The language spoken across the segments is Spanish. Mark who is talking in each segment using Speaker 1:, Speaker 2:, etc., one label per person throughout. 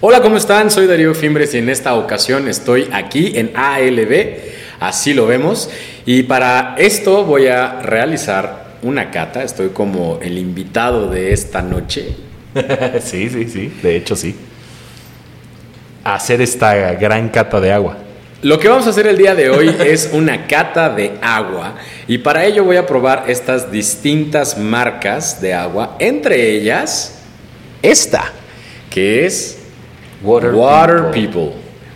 Speaker 1: Hola, ¿cómo están? Soy Darío Fimbres y en esta ocasión estoy aquí en ALB, así lo vemos, y para esto voy a realizar una cata, estoy como el invitado de esta noche.
Speaker 2: sí, sí, sí, de hecho sí. Hacer esta gran cata de agua.
Speaker 1: Lo que vamos a hacer el día de hoy es una cata de agua y para ello voy a probar estas distintas marcas de agua, entre ellas esta, que es Water, People.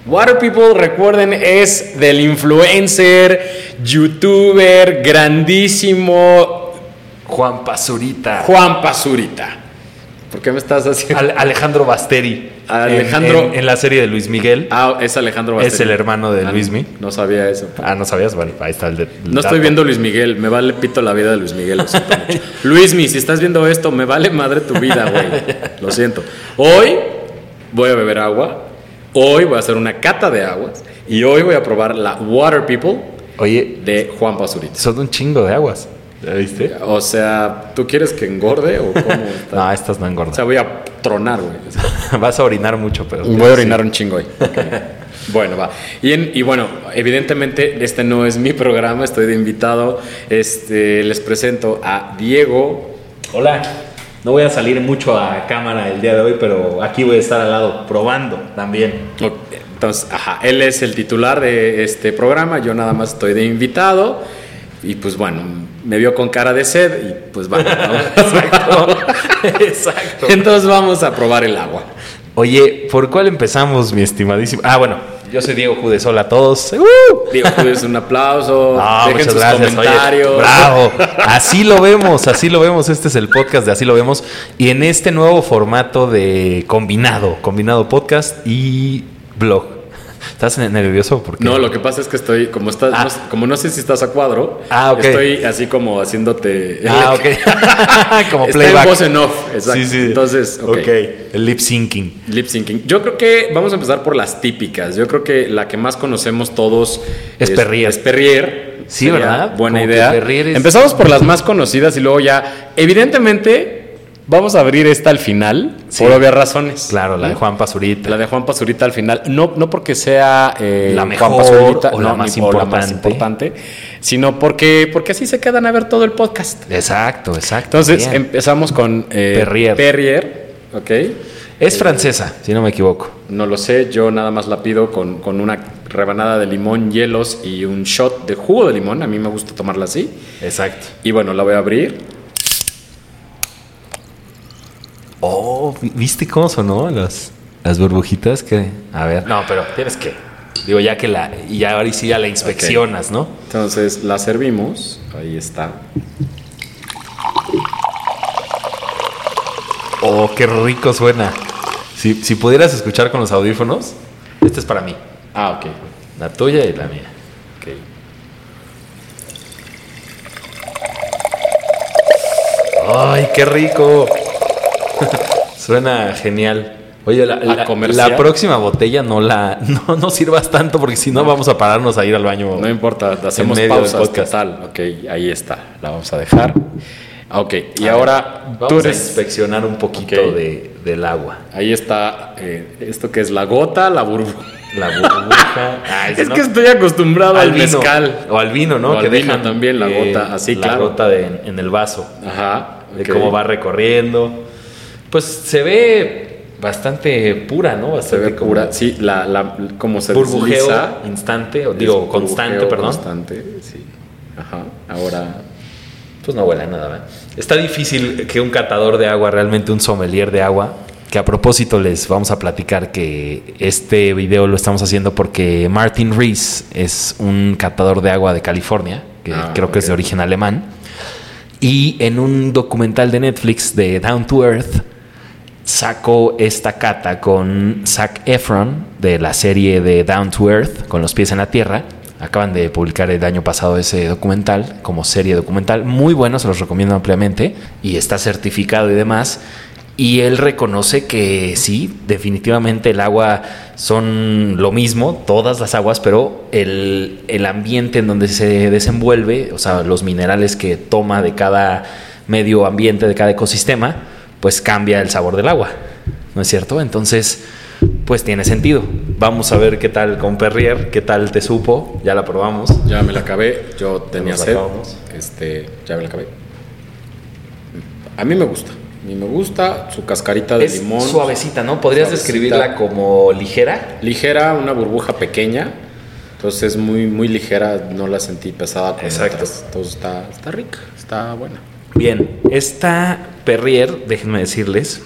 Speaker 1: Water People, recuerden, es del influencer, youtuber, grandísimo
Speaker 2: Juan Pazurita.
Speaker 1: Juan Pazurita. ¿Por qué me estás haciendo?
Speaker 2: Al- Alejandro Basteri.
Speaker 1: Alejandro-
Speaker 2: En, en- en la serie de Luis Miguel.
Speaker 1: Ah, es Alejandro
Speaker 2: Es
Speaker 1: Basteri.
Speaker 2: el hermano de
Speaker 1: Ah,
Speaker 2: Luis Miguel.
Speaker 1: No sabía eso.
Speaker 2: Ah, ¿no sabías? Bueno, ahí está el de.
Speaker 1: No estoy viendo Luis Miguel, me vale pito la vida de Luis Miguel, lo siento mucho. Luismi, si estás viendo esto, me vale madre tu vida, güey. Lo siento. Hoy voy a beber agua, hoy voy a hacer una cata de aguas y hoy voy a probar la Water People
Speaker 2: Oye,
Speaker 1: de Juan Pazurita.
Speaker 2: son un chingo de aguas. ¿Ya viste?
Speaker 1: O sea, ¿tú quieres que engorde o cómo está?
Speaker 2: No, estas no
Speaker 1: O sea,
Speaker 2: engordan.
Speaker 1: voy a tronar, güey.
Speaker 2: Vas a orinar mucho, pero.
Speaker 1: Voy a orinar un chingo ahí. Bueno, va. Y, en- y bueno, evidentemente este no es mi programa, estoy de invitado. Este, les presento a Diego.
Speaker 3: Hola, no voy a salir mucho a cámara el día de hoy, pero aquí voy a estar al lado probando también.
Speaker 1: Ok, Entonces, ajá, él es el titular de este programa, yo nada más estoy de invitado. Y pues bueno, me vio con cara de sed y pues bueno,
Speaker 2: Exacto. Exacto.
Speaker 1: Entonces vamos a probar el agua.
Speaker 2: Oye, ¿por cuál empezamos, mi estimadísimo? Ah, bueno, yo soy Diego Judes. Hola a todos. ¡Uh!
Speaker 1: Diego, pues un aplauso,
Speaker 2: No,
Speaker 1: dejen
Speaker 2: muchas
Speaker 1: sus
Speaker 2: gracias. oye,
Speaker 1: comentarios.
Speaker 2: bravo. Así lo vemos, así lo vemos. Este es el podcast de Así lo vemos. Y en este nuevo formato de combinado, combinado podcast y blog. ¿Estás ne- nervioso? Porque
Speaker 1: No, lo que pasa es que estoy, como estás,
Speaker 2: Ah.
Speaker 1: no- como no sé si estás a cuadro,
Speaker 2: Ah, ok.
Speaker 1: estoy así como haciéndote.
Speaker 2: Ah, ok. Como
Speaker 1: Está
Speaker 2: playback.
Speaker 1: en voz en off, exacto. Entonces, ok.
Speaker 2: El lip syncing.
Speaker 1: Lip syncing. Yo creo que vamos a empezar por las típicas. Yo creo que la que más conocemos todos
Speaker 2: Es Perrier.
Speaker 1: Es Perrier.
Speaker 2: Sí,
Speaker 1: Sería
Speaker 2: ¿verdad?
Speaker 1: Buena
Speaker 2: Como que
Speaker 1: idea.
Speaker 2: Perrier es-
Speaker 1: Empezamos por las más conocidas y luego ya, evidentemente, vamos a abrir esta al final
Speaker 2: Sí.
Speaker 1: por obvias razones.
Speaker 2: Claro, la de
Speaker 1: ¿no?
Speaker 2: Juan Pazurita.
Speaker 1: ¿Mm? La de Juan Pazurita al final, no, no porque sea eh,
Speaker 2: La mejor
Speaker 1: Juan Pazurita,
Speaker 2: o la
Speaker 1: no,
Speaker 2: más
Speaker 1: ni- o la más
Speaker 2: importante.
Speaker 1: importante, sino porque, porque así se quedan a ver todo el podcast.
Speaker 2: Exacto, exacto.
Speaker 1: Entonces em,
Speaker 2: bien.
Speaker 1: empezamos con eh,
Speaker 2: Perrier.
Speaker 1: Perrier, ok.
Speaker 2: es francesa, si no me equivoco.
Speaker 1: No lo sé, yo nada más la pido con, con una rebanada de limón, hielos y un shot de jugo de limón. A mí me gusta tomarla así.
Speaker 2: Exacto.
Speaker 1: Y bueno, la voy a abrir.
Speaker 2: Oh, vi- ¿viste cómo sonó las, las burbujitas? Que, a ver. No, pero tienes que. Digo, ya que la. Y ya ahora sí ya la
Speaker 1: inspeccionas,
Speaker 2: ¿no?
Speaker 1: Entonces la servimos. Ahí está.
Speaker 2: Oh, qué rico suena. Si, si pudieras escuchar con los audífonos, este es para mí.
Speaker 1: Ah, ok.
Speaker 2: La tuya y la mía.
Speaker 1: ok.
Speaker 2: ¡Ay, qué rico! suena genial. Oye, la, la-
Speaker 1: comercial?
Speaker 2: la próxima botella no la no, no sirvas tanto porque si no vamos a pararnos a ir al baño.
Speaker 1: No importa, hacemos
Speaker 2: Oh, medio del
Speaker 1: pausas
Speaker 2: podcast.
Speaker 1: total. Ok, ahí está. La vamos a dejar. Ah, Ok, y ahora tú
Speaker 2: vamos a
Speaker 1: eres.
Speaker 2: inspeccionar un poquito
Speaker 1: Ok.
Speaker 2: de- del agua.
Speaker 1: Ahí está eh, esto que es la gota, la burbuja.
Speaker 2: La burbuja. Ay,
Speaker 1: Es
Speaker 2: Ah, no.
Speaker 1: que estoy acostumbrado al,
Speaker 2: vino.
Speaker 1: mezcal.
Speaker 2: O al vino, ¿no?
Speaker 1: O al vino también, la
Speaker 2: eh,
Speaker 1: gota, así,
Speaker 2: la
Speaker 1: claro.
Speaker 2: gota de- en el vaso.
Speaker 1: Ajá.
Speaker 2: De
Speaker 1: ok.
Speaker 2: cómo va recorriendo. Pues se ve bastante pura, ¿no?
Speaker 1: Se
Speaker 2: Bastante
Speaker 1: ve
Speaker 2: como
Speaker 1: pura, sí, la, la, como se
Speaker 2: Burbujeo
Speaker 1: desliza.
Speaker 2: instante, o
Speaker 1: Es
Speaker 2: digo,
Speaker 1: burbujeo
Speaker 2: constante, perdón.
Speaker 1: Constante, sí. Ajá. Ahora,
Speaker 2: Pues no huele a nada, ¿verdad? Está difícil que un catador de agua, realmente un sommelier de agua, que a propósito les vamos a platicar que este video lo estamos haciendo porque Martin Rees es un catador de agua de California, que
Speaker 1: Ah,
Speaker 2: creo que es
Speaker 1: ok.
Speaker 2: de origen alemán, y en un documental de Netflix de Down to Earth sacó esta cata con Zac Efron de la serie de Down to Earth, con los pies en la tierra. Acaban de publicar el año pasado ese documental como serie documental. Muy bueno, se los recomiendo ampliamente. Y está certificado y demás. Y él reconoce que sí, definitivamente el agua son lo mismo, todas las aguas, pero el, el ambiente en donde se desenvuelve, o sea, los minerales que toma de cada medio ambiente, de cada ecosistema, pues cambia el sabor del agua. ¿no es cierto? Entonces, pues tiene sentido.
Speaker 3: Vamos a ver qué tal con Perrier, qué tal te supo. Ya la probamos.
Speaker 1: Ya me la acabé, yo tenía
Speaker 3: nos la
Speaker 1: sed.
Speaker 3: acabamos.
Speaker 1: Este, ya me la acabé. A mí me gusta. A mí me gusta su cascarita de
Speaker 2: Es
Speaker 1: limón.
Speaker 2: suavecita, ¿no? ¿Podrías
Speaker 1: Suavecita.
Speaker 2: describirla como ligera?
Speaker 1: Ligera, una burbuja pequeña. Entonces es muy, muy ligera, no la sentí pesada. como
Speaker 3: Exacto.
Speaker 1: otras. Entonces está, está rica, está buena.
Speaker 2: Bien, esta Perrier, déjenme decirles,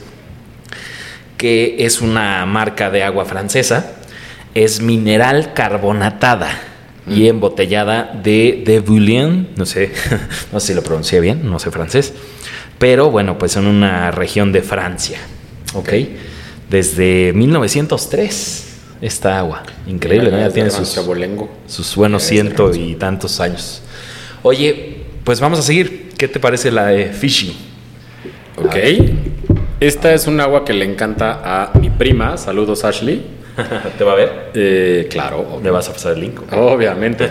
Speaker 2: que es una marca de agua francesa, es mineral carbonatada y embotellada de de Boulogne, no sé, no sé si lo pronuncié bien, no sé francés, pero bueno, pues en una región de Francia, ¿ok? Desde 1903 esta agua, increíble, ¿no? Ya
Speaker 1: Desde
Speaker 2: tiene
Speaker 1: Rancho
Speaker 2: sus,
Speaker 1: Abolengo.
Speaker 2: sus buenos
Speaker 1: Desde
Speaker 2: ciento
Speaker 1: Rancho.
Speaker 2: y tantos años. Oye, pues vamos a seguir. ¿Qué te parece la de Fishy? Ah.
Speaker 1: Ok. Esta es un agua que le encanta a mi prima. Saludos, Ashley.
Speaker 3: ¿Te va a ver?
Speaker 1: Eh, claro, ob-
Speaker 3: ¿Me vas a pasar el link?
Speaker 1: obviamente.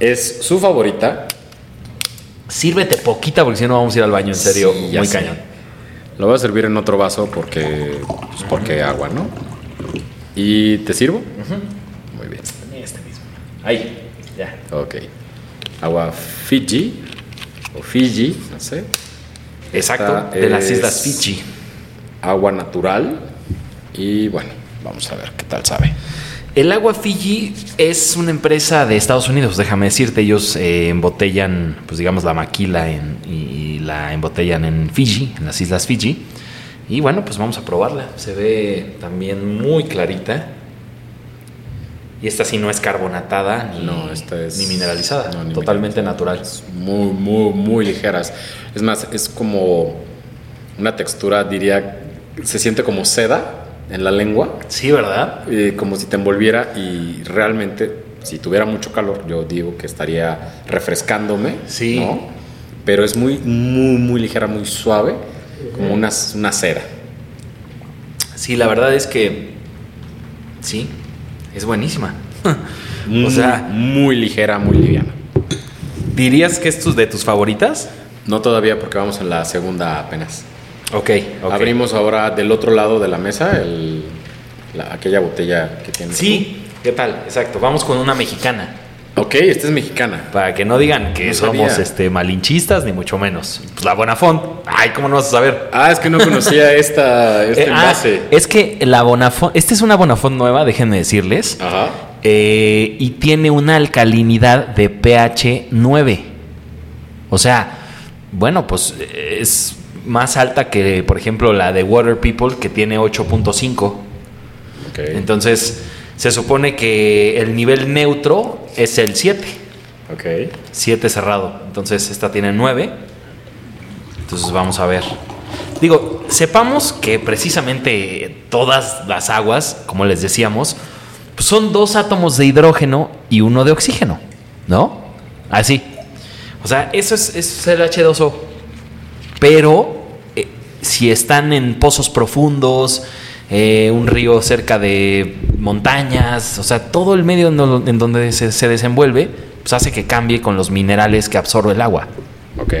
Speaker 1: es su favorita.
Speaker 2: Sírvete poquita porque si no vamos a ir al baño, en serio,
Speaker 1: Sí, ya
Speaker 2: muy
Speaker 1: sé.
Speaker 2: cañón.
Speaker 1: Lo voy a servir en otro vaso porque, pues, porque agua, ¿no? ¿Y te sirvo? Muy bien.
Speaker 3: Este mismo. Ahí, ya.
Speaker 1: Ok. Agua Fiji o Fiji, no sé.
Speaker 2: Exacto,
Speaker 1: Esta
Speaker 2: de las
Speaker 1: es-
Speaker 2: Islas Fiji.
Speaker 1: Agua natural. Y bueno, vamos a ver qué tal sabe.
Speaker 2: El agua Fiji es una empresa de Estados Unidos, déjame decirte, ellos eh, embotellan, pues digamos, la maquila en- y, y la embotellan en Fiji, en las Islas Fiji. Y bueno, pues vamos a probarla. Se ve también muy clarita. Y esta sí no es carbonatada ni,
Speaker 1: No, esta es-
Speaker 2: ni mineralizada,
Speaker 1: no, ni
Speaker 2: totalmente natural.
Speaker 1: Muy, muy, muy ligeras. Es más, es como una textura, diría, se siente como seda en la lengua.
Speaker 2: Sí, ¿verdad?
Speaker 1: eh, como si te envolviera y realmente si tuviera mucho calor yo digo que estaría refrescándome
Speaker 2: Sí.
Speaker 1: ¿no? pero es muy muy muy ligera muy suave como una, una cera
Speaker 2: Sí, la verdad es que sí, es buenísima.
Speaker 1: o sea
Speaker 2: sea-
Speaker 1: muy ligera muy liviana
Speaker 2: ¿Dirías que esto es de tus favoritas?
Speaker 1: no todavía porque vamos en la segunda apenas
Speaker 2: Ok, ok.
Speaker 1: abrimos ahora del otro lado de la mesa el- la- aquella botella que tiene
Speaker 2: Sí, ¿qué tal? Exacto, vamos con una mexicana.
Speaker 1: ok esta es mexicana
Speaker 2: Para que no digan que
Speaker 1: No
Speaker 2: somos
Speaker 1: sabía.
Speaker 2: este malinchistas, ni mucho menos. Pues la Bonafont. Ay, ¿cómo no vas a saber?
Speaker 1: ah es que no conocía esta este
Speaker 2: Eh, ah,
Speaker 1: envase
Speaker 2: es que la Bonafont, esta es una Bonafont nueva, déjenme decirles.
Speaker 1: ajá
Speaker 2: Eh, y tiene una alcalinidad de pH 9. O sea, bueno, pues es más alta que, por ejemplo, la de Water People, que tiene 8.5.
Speaker 1: ok.
Speaker 2: Entonces, se supone que el nivel neutro es el 7.
Speaker 1: ok
Speaker 2: 7 cerrado. Entonces, esta tiene 9. Entonces, vamos a ver. Digo, sepamos que precisamente todas las aguas, como les decíamos, pues son dos átomos de hidrógeno y uno de oxígeno, ¿no? Así. O sea, eso es, eso es el H2O. Pero eh, si están en pozos profundos, eh, un río cerca de montañas, o sea, todo el medio en, do- en donde se, se desenvuelve, pues hace que cambie con los minerales que absorbe el agua.
Speaker 1: ok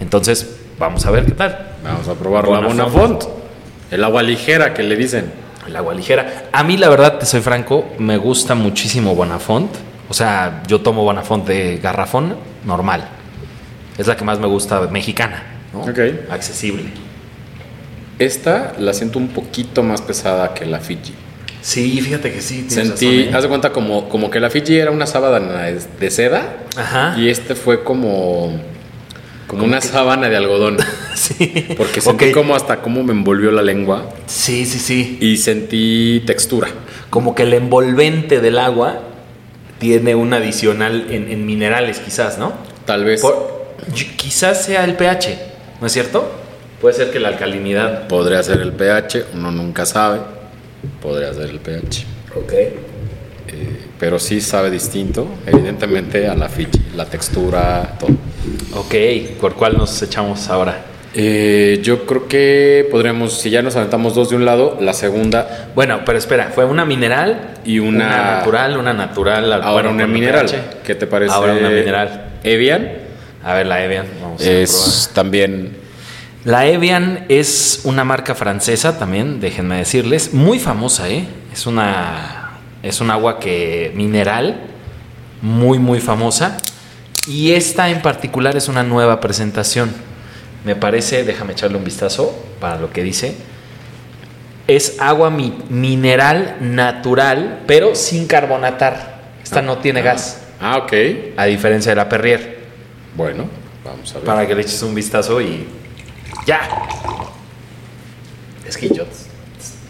Speaker 2: Entonces, vamos a ver qué tal.
Speaker 1: Vamos a probar la
Speaker 2: Bonafont.
Speaker 1: Bonafont. El agua ligera que le dicen.
Speaker 2: El agua ligera. A mí, la verdad, te soy franco, me gusta muchísimo Bonafont. O sea, yo tomo Bonafont de garrafón normal. Es la que más me gusta mexicana, ¿no?
Speaker 1: Ok.
Speaker 2: Accesible.
Speaker 1: Esta la siento un poquito más pesada que la Fiji.
Speaker 2: Sí, fíjate que sí. tienes
Speaker 1: Sentí,
Speaker 2: razón, ¿eh?
Speaker 1: haz de cuenta como, como que la Fiji era una sábana de de seda
Speaker 2: Ajá.
Speaker 1: y este fue como, como una sábana de algodón.
Speaker 2: Sí.
Speaker 1: Porque sentí
Speaker 2: Ok.
Speaker 1: como hasta cómo me envolvió la lengua
Speaker 2: Sí, sí, sí.
Speaker 1: y sentí textura.
Speaker 2: Como que el envolvente del agua tiene un adicional en, en minerales, quizás, ¿no?
Speaker 1: Tal vez
Speaker 2: Por- y- quizás sea el pH, ¿no es cierto? Puede ser que la alcalinidad.
Speaker 1: podría ser el pH, uno nunca sabe. Podría ser el pH. Eh,
Speaker 2: Ok.
Speaker 1: Pero sí sabe distinto, evidentemente, a la Fiji. La textura, todo.
Speaker 2: Ok, ¿por cuál nos echamos ahora?
Speaker 1: Eh, yo creo que podríamos, si ya nos aventamos dos de un lado, la segunda,
Speaker 2: Bueno, pero espera, fue una mineral
Speaker 1: Y una-
Speaker 2: natural, una natural. al-
Speaker 1: ahora
Speaker 2: bueno,
Speaker 1: una
Speaker 2: con
Speaker 1: mineral.
Speaker 2: pH.
Speaker 1: ¿Qué te parece?
Speaker 2: Ahora una mineral.
Speaker 1: Evian
Speaker 2: A ver, la Evian, vamos a
Speaker 1: es también
Speaker 2: probar. La Evian es una marca francesa también, déjenme decirles, muy famosa, ¿eh? Es una es un agua que mineral muy muy famosa y esta en particular es una nueva presentación. Me parece, déjame echarle un vistazo para lo que dice. Es agua mi- mineral natural, pero sin carbonatar. Esta no tiene gas,
Speaker 1: Ah, ok.
Speaker 2: a diferencia de la Perrier
Speaker 1: Bueno, vamos a ver.
Speaker 2: para que le eches un vistazo y ya.
Speaker 3: Es que yo.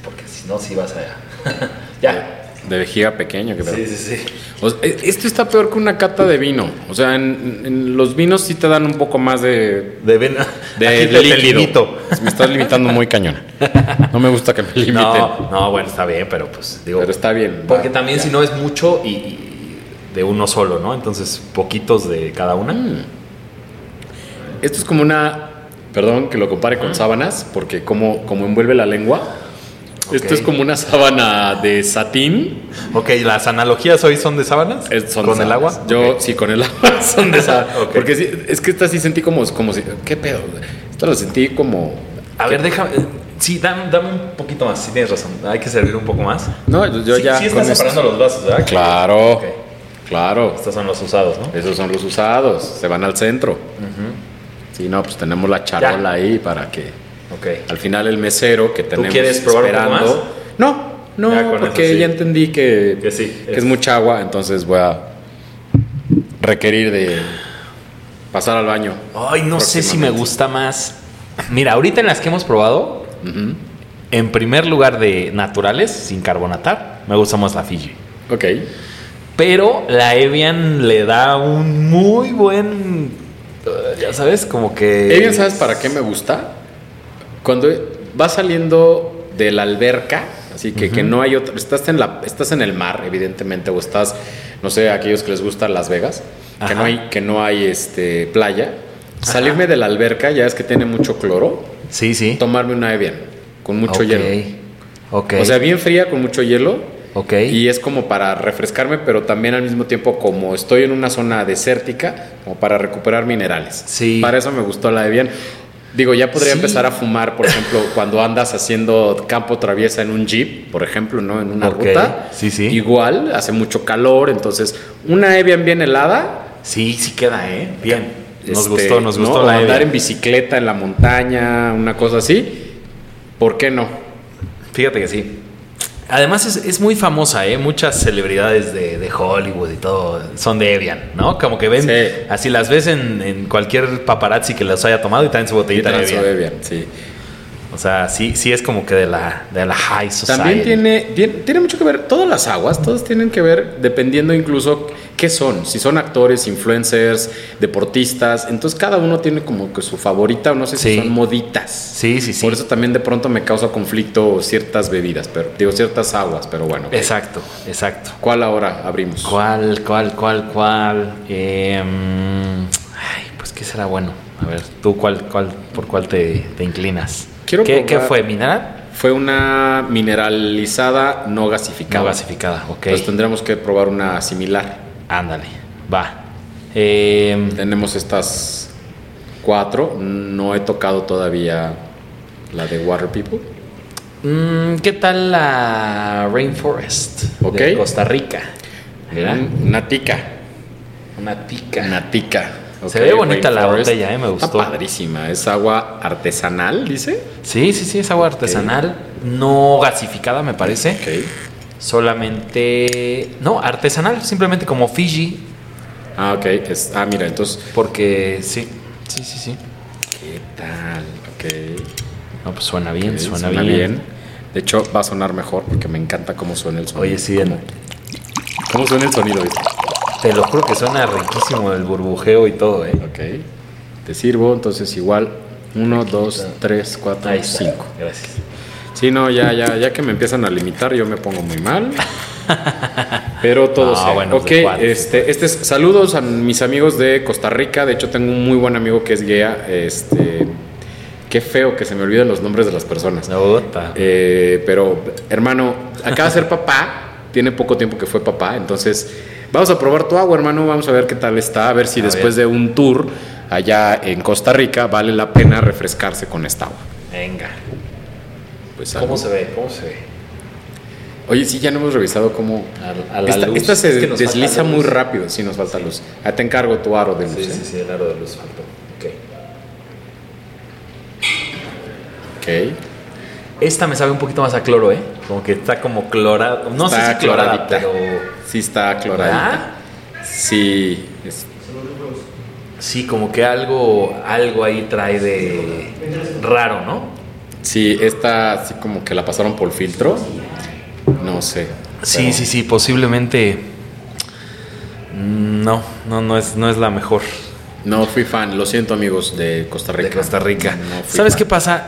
Speaker 3: Porque si no, sí vas allá. ya.
Speaker 1: De vejiga pequeña, que
Speaker 3: Sí, sí, sí.
Speaker 1: O sea, e- esto está peor que una cata de vino. O sea, en, en los vinos sí te dan un poco más de,
Speaker 3: De vena.
Speaker 1: de
Speaker 3: Aquí te- te
Speaker 1: líquido.
Speaker 3: limito.
Speaker 1: Me estás limitando muy cañón. No me gusta que me limiten.
Speaker 2: No, no, bueno, está bien, pero pues digo.
Speaker 1: pero está bien.
Speaker 2: porque
Speaker 1: va,
Speaker 2: también
Speaker 1: ya.
Speaker 2: si no es mucho y, y de uno solo, ¿no? Entonces, poquitos de cada una.
Speaker 1: Esto es como una. Perdón que lo compare
Speaker 3: Ah.
Speaker 1: con sábanas, porque como, como envuelve la lengua.
Speaker 2: Ok.
Speaker 1: Esto es como una sábana de satín.
Speaker 2: Ok, las analogías hoy son de sábanas.
Speaker 1: Es- son
Speaker 2: con
Speaker 1: de
Speaker 2: el
Speaker 1: sábanas.
Speaker 2: agua.
Speaker 1: Yo sí, con el agua son de sábanas.
Speaker 2: Ok.
Speaker 1: Porque sí, es que esta sí sentí como, como si. ¿Qué pedo? Esto lo sentí como.
Speaker 2: A ver, déjame. eh, Sí, dame, dame un poquito más. Sí, tienes razón. Hay que servir un poco más.
Speaker 1: No, yo- yo
Speaker 3: sí,
Speaker 1: ya.
Speaker 3: sí estás
Speaker 1: con esto-
Speaker 3: separando los vasos, ¿verdad?
Speaker 1: Claro,
Speaker 3: Ok.
Speaker 1: claro.
Speaker 3: Estos son los usados, ¿no?
Speaker 1: Esos son los usados, se van al centro. Sí, no, pues tenemos la charola ahí para que
Speaker 3: Ok.
Speaker 1: al final el mesero que tenemos
Speaker 3: quieres probar un poco más?
Speaker 1: No,
Speaker 3: Ya
Speaker 1: no,
Speaker 3: con
Speaker 1: porque
Speaker 3: eso sí.
Speaker 1: ya entendí que,
Speaker 3: Que sí,
Speaker 1: que es
Speaker 3: es-
Speaker 1: mucha agua, entonces voy a requerir de pasar al baño.
Speaker 2: Ay, no sé si me gusta más. Mira, ahorita en las que hemos probado,
Speaker 1: Ujú.
Speaker 2: en primer lugar de naturales, sin carbonatar, me gusta más la Fiji.
Speaker 1: Ok.
Speaker 3: Eh,
Speaker 2: Pero la Evian le da un muy buen. eh, Ya sabes, como que.
Speaker 1: Evian, ¿sabes para qué me gusta? Cuando va saliendo de la alberca, así que, que no hay otra. Estás en, la, estás en el mar, evidentemente, o estás, no sé, aquellos que les gustan Las Vegas,
Speaker 2: Ajá.
Speaker 1: que no hay, que no hay este, playa. Salirme de la alberca, ya es que tiene mucho cloro,
Speaker 2: Sí, sí.
Speaker 1: tomarme una Evian con mucho
Speaker 2: Ok,
Speaker 1: hielo.
Speaker 2: Ok.
Speaker 1: O sea, bien fría con mucho hielo.
Speaker 2: ok.
Speaker 1: Y es como para refrescarme, pero también al mismo tiempo, como estoy en una zona desértica, como para recuperar minerales.
Speaker 2: Sí.
Speaker 1: Para eso me gustó la de bien. Digo, ya podría
Speaker 2: Sí.
Speaker 1: empezar a fumar, por ejemplo, cuando andas haciendo campo traviesa en un jeep, por ejemplo, ¿no? En una
Speaker 2: Ok.
Speaker 1: ruta.
Speaker 2: Sí, sí.
Speaker 1: Igual, hace mucho calor, entonces una Evian bien helada.
Speaker 2: sí, sí queda, ¿eh? Bien. Nos
Speaker 1: este,
Speaker 2: gustó, nos
Speaker 1: ¿no?
Speaker 2: gustó
Speaker 1: O
Speaker 2: la
Speaker 1: andar
Speaker 2: Evian.
Speaker 1: en bicicleta en la montaña, una cosa así. ¿Por qué no?
Speaker 2: Fíjate que sí. Además es, es muy famosa, ¿eh? Muchas celebridades de, de Hollywood y todo son de Evian, ¿no? Como que ven,
Speaker 1: Sí.
Speaker 2: así las ves en, en cualquier paparazzi que las haya tomado y traen su botellita de
Speaker 1: Traen su
Speaker 2: Evian.
Speaker 1: Evian, sí.
Speaker 2: O sea, sí, sí es como que de la, de la high society.
Speaker 1: También tiene, tiene, tiene mucho que ver, todas las aguas, todas tienen que ver, dependiendo incluso qué son, si son actores, influencers, deportistas, entonces cada uno tiene como que su favorita o no sé
Speaker 2: Sí.
Speaker 1: si son moditas.
Speaker 2: Sí, sí, sí.
Speaker 1: Por eso también de pronto me causa conflicto ciertas bebidas, pero digo ciertas aguas, pero bueno.
Speaker 2: Exacto, exacto.
Speaker 1: ¿Cuál ahora abrimos?
Speaker 2: Eh. ¿Cuál, cuál, cuál, cuál? Em, ay, pues qué será bueno. A ver, tú cuál, cuál, por cuál te, te inclinas.
Speaker 1: Quiero
Speaker 2: ¿Qué, qué
Speaker 1: probar-
Speaker 2: fue? ¿Mineral?
Speaker 1: Fue una mineralizada no Pues
Speaker 2: No
Speaker 1: gasificada.
Speaker 2: gasificada, ok.
Speaker 1: Entonces tendremos que probar una similar.
Speaker 2: Ándale, va. Em,
Speaker 1: Tenemos estas cuatro, no he tocado todavía la de Water People.
Speaker 2: mm, ¿Qué tal la Rainforest
Speaker 1: Ok.
Speaker 2: de Costa Rica? Mira,
Speaker 1: Mm, Una tica.
Speaker 2: una tica.
Speaker 1: Una tica.
Speaker 2: Se
Speaker 1: Ok,
Speaker 2: ve bonita la
Speaker 1: Rainforest.
Speaker 2: botella, eh, me
Speaker 1: Está
Speaker 2: gustó.
Speaker 1: padrísima. Es agua artesanal, dice.
Speaker 2: Sí, sí, sí, es agua artesanal, no gasificada me parece.
Speaker 1: Ok.
Speaker 2: Solamente, no, artesanal, simplemente como Fiji,
Speaker 1: Ah, ok. es- ah, mira, entonces.
Speaker 2: porque sí, sí, sí, sí.
Speaker 1: ¿Qué tal? Ok.
Speaker 2: No, pues suena bien,
Speaker 1: ok,
Speaker 2: suena, bien.
Speaker 1: De hecho, va a sonar mejor porque me encanta cómo suena el sonido.
Speaker 2: Oye, sí,
Speaker 1: ¿Cómo, cómo suena el sonido? ¿viste?
Speaker 2: te lo juro que suena riquísimo el burbujeo y todo, ¿eh?
Speaker 1: Ok. Te sirvo, entonces igual. Uno, dos, tres, cuatro,
Speaker 2: Ahí está.
Speaker 1: cinco.
Speaker 2: Gracias.
Speaker 1: Sí, no, ya, ya, ya que me empiezan a limitar, yo me pongo muy mal. Pero todo
Speaker 2: Ah,
Speaker 1: se-
Speaker 2: bueno,
Speaker 1: ok,
Speaker 2: pues, ¿cuál?
Speaker 1: este, este es, saludos a mis amigos de Costa Rica. De hecho, tengo un muy buen amigo que es guía. Este, qué feo que se me olviden los nombres de las personas.
Speaker 2: Ota.
Speaker 1: Eh, pero, hermano, acaba de ser papá. Tiene poco tiempo que fue papá. Entonces, vamos a probar tu agua, hermano. Vamos a ver qué tal está. A ver si
Speaker 2: A
Speaker 1: después de un tour allá en Costa Rica, vale la pena refrescarse con esta agua.
Speaker 3: Venga.
Speaker 1: Pues,
Speaker 3: ¿Cómo
Speaker 1: algo.
Speaker 3: se ve? ¿Cómo se ve?
Speaker 1: Oye, sí, ya no hemos revisado cómo...
Speaker 3: A- a la
Speaker 1: esta,
Speaker 3: luz.
Speaker 1: esta se
Speaker 3: Es que nos falta
Speaker 1: desliza
Speaker 3: luz.
Speaker 1: muy rápido, sí, nos falta luz. Ah, te encargo tu aro de luz.
Speaker 3: Sí,
Speaker 1: ¿eh?
Speaker 3: sí, sí, el aro de luz faltó. Ok.
Speaker 1: ¿eh? Ok.
Speaker 2: Esta me sabe un poquito más a cloro, ¿eh?
Speaker 3: Como que está como clorada. No sé
Speaker 1: Está
Speaker 3: si clorada,
Speaker 1: cloradita.
Speaker 3: pero.
Speaker 1: Sí está
Speaker 2: ¿Ah?
Speaker 1: cloradita. Sí. es-
Speaker 2: Sí, como que algo, algo ahí trae de raro, ¿no?
Speaker 1: sí, esta así como que la pasaron por filtro. No sé.
Speaker 2: Sí,
Speaker 1: pero-
Speaker 2: sí, sí, posiblemente. mm, No, no, no es, no es la mejor
Speaker 1: No fui fan, lo siento amigos de Costa Rica.
Speaker 2: de Costa Rica.
Speaker 1: No fui
Speaker 2: ¿Sabes
Speaker 1: fan.
Speaker 2: qué pasa?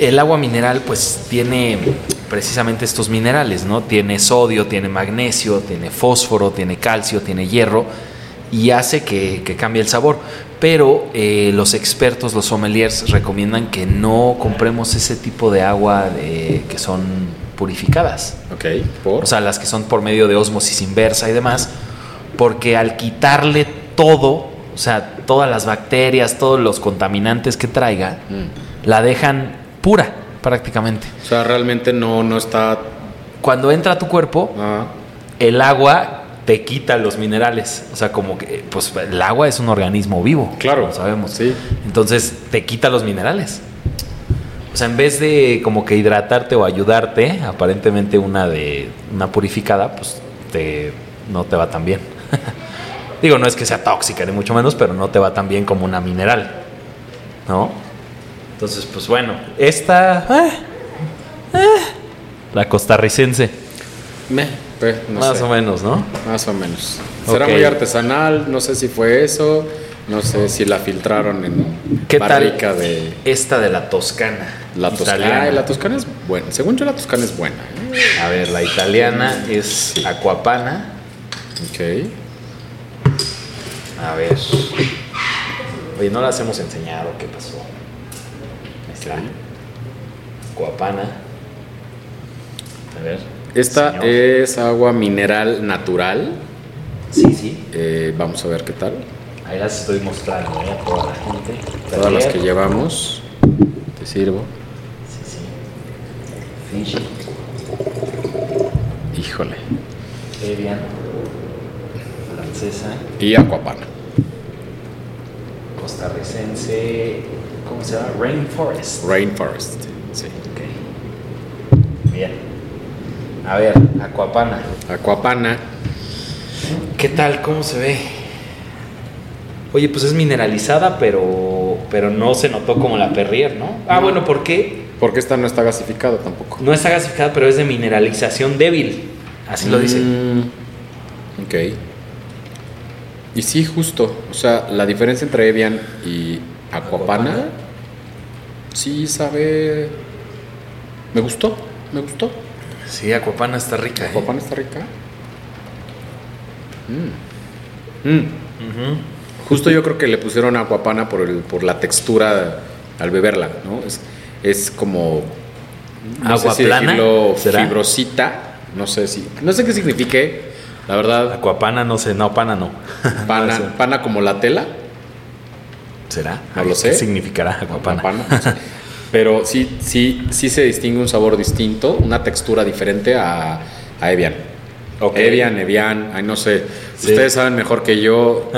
Speaker 2: El agua mineral, pues tiene precisamente estos minerales, ¿no? Tiene sodio, tiene magnesio, tiene fósforo, tiene calcio, tiene hierro y hace que, que cambie el sabor. Pero eh, los expertos, los sommeliers, recomiendan que no compremos ese tipo de agua de- que son purificadas.
Speaker 1: Ok, por.
Speaker 2: o sea, las que son por medio de osmosis inversa y demás, porque al quitarle todo, o sea, todas las bacterias, todos los contaminantes que traiga,
Speaker 1: Mm.
Speaker 2: la dejan pura prácticamente.
Speaker 1: O sea, realmente no, no está.
Speaker 2: Cuando entra a tu cuerpo,
Speaker 1: ah,
Speaker 2: el agua te quita los minerales, o sea, como que, pues el agua es un organismo vivo,
Speaker 1: Claro,
Speaker 2: como sabemos,
Speaker 1: sí.
Speaker 2: Entonces te quita los minerales. O sea, en vez de como que hidratarte o ayudarte, aparentemente una de una purificada, pues te no te va tan bien. Digo, no es que sea tóxica ni mucho menos, pero no te va tan bien como una mineral, ¿no? Entonces, pues bueno, esta ah, ah, la costarricense,
Speaker 1: meh, pues, no
Speaker 2: más
Speaker 1: sé,
Speaker 2: o menos, ¿no?
Speaker 1: Más o menos. Será
Speaker 2: Ok.
Speaker 1: muy artesanal, no sé si fue eso, no sé si la filtraron en
Speaker 2: ¿Qué
Speaker 1: barrica
Speaker 2: tal Pues
Speaker 1: de
Speaker 2: esta de la Toscana?
Speaker 1: la Toscana.
Speaker 2: Italiana.
Speaker 1: Ay, la Toscana es buena. Según yo, la Toscana es buena. ¿eh?
Speaker 2: A ver, la italiana es Aquapana.
Speaker 1: Ok.
Speaker 2: A ver. Oye, no las hemos enseñado, ¿qué pasó? Ahí está. Aquapana. A ver.
Speaker 1: Esta eh,
Speaker 2: Señor.
Speaker 1: es agua mineral natural.
Speaker 2: Sí, sí.
Speaker 1: Eh, vamos a ver qué tal.
Speaker 2: Ahí las estoy mostrando ¿eh? a toda la gente.
Speaker 1: Todas las que
Speaker 2: Taller.
Speaker 1: llevamos. Te sirvo.
Speaker 2: Sí, sí. Fiji,
Speaker 1: Híjole.
Speaker 2: Evian, francesa,
Speaker 1: Y acuapana.
Speaker 2: costarricense. ¿Cómo se llama? Rainforest.
Speaker 1: Rainforest. Sí.
Speaker 2: Ok. Bien. A ver, Aquapana.
Speaker 1: Acuapana.
Speaker 2: ¿Qué tal? ¿Cómo se ve? Oye, pues es mineralizada, pero, pero no se notó como la Perrier, ¿no? Ah, bueno, ¿por qué?
Speaker 1: Porque esta no está gasificada tampoco.
Speaker 2: No está gasificada, pero es de mineralización débil. Así lo dice.
Speaker 1: Mm, ok. Y sí, justo. O sea, la diferencia entre Evian y Aquapana.
Speaker 2: Aquapana.
Speaker 1: Sí, sabe. Me gustó. Me gustó.
Speaker 2: Sí, Aquapana está rica. ¿eh?
Speaker 1: Aquapana está rica. Mm. Mm. Justo yo creo que le pusieron Aquapana por, el, por la textura al beberla, ¿no? Es, es como. No
Speaker 2: Agua
Speaker 1: sé si
Speaker 2: plana,
Speaker 1: decirlo
Speaker 2: ¿será?
Speaker 1: fibrosita. No sé si. No sé qué signifique. La verdad,
Speaker 2: Aquapana, no sé, no, pana no.
Speaker 1: pana,
Speaker 2: No sé.
Speaker 1: pana como la tela.
Speaker 2: ¿Será?
Speaker 1: No lo sé.
Speaker 2: ¿Qué significará Aquapana?
Speaker 1: pana, no sé. Pero sí, sí, sí se distingue un sabor distinto, una textura diferente a, a Evian.
Speaker 2: Ok.
Speaker 1: Evian, Evian, ay, no sé.
Speaker 2: Sí.
Speaker 1: Ustedes saben mejor que yo.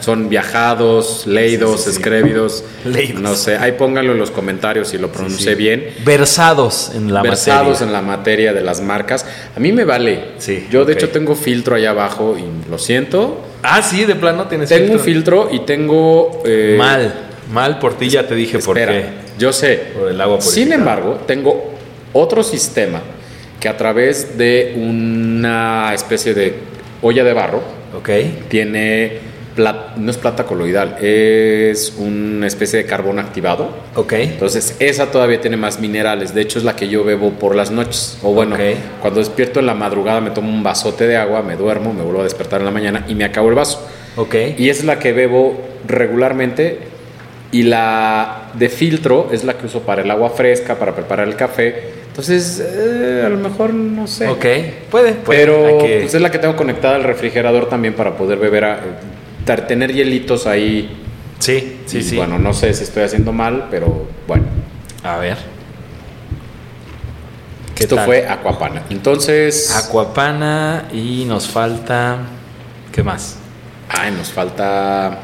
Speaker 1: Son viajados, leidos,
Speaker 2: Sí, sí, sí.
Speaker 1: escrévidos.
Speaker 2: Leidos.
Speaker 1: No sé. Ahí pónganlo en los comentarios si lo pronuncié bien.
Speaker 2: Versados en la
Speaker 1: versados
Speaker 2: materia.
Speaker 1: en la materia de las marcas. A mí me vale.
Speaker 2: Sí,
Speaker 1: Yo de
Speaker 2: ok.
Speaker 1: hecho tengo filtro allá abajo y lo siento.
Speaker 2: Ah, sí, de plano tienes
Speaker 1: Tengo un filtro y tengo... eh,
Speaker 2: Mal, mal por ti, ya te dije
Speaker 1: Espera,
Speaker 2: por qué.
Speaker 1: yo sé.
Speaker 2: Por el agua
Speaker 1: Sin
Speaker 2: purificada.
Speaker 1: embargo, tengo otro sistema que a través de una especie de olla de barro
Speaker 2: Ok.
Speaker 1: tiene pla- no es plata coloidal, es una especie de carbón activado.
Speaker 2: Ok.
Speaker 1: Entonces, esa todavía tiene más minerales. De hecho, es la que yo bebo por las noches. O bueno,
Speaker 2: Ok.
Speaker 1: cuando despierto en la madrugada me tomo un vasote de agua, me duermo, me vuelvo a despertar en la mañana y me acabo el vaso.
Speaker 2: Ok.
Speaker 1: Y es la que bebo regularmente. Y la de filtro es la que uso para el agua fresca, para preparar el café. Entonces, eh, a lo mejor no sé.
Speaker 2: Ok, puede, puede.
Speaker 1: Pero
Speaker 2: Hay que-
Speaker 1: pues, es la que tengo conectada al refrigerador también para poder beber, a- tar- tener eh, hielitos ahí
Speaker 2: Sí, sí,
Speaker 1: Y,
Speaker 2: sí.
Speaker 1: Bueno, no sé si estoy haciendo mal, pero bueno.
Speaker 2: A ver. ¿Qué
Speaker 1: Esto
Speaker 2: tal?
Speaker 1: fue Aquapana. Entonces.
Speaker 2: Aquapana y nos falta. ¿Qué más?
Speaker 1: Ay, nos falta.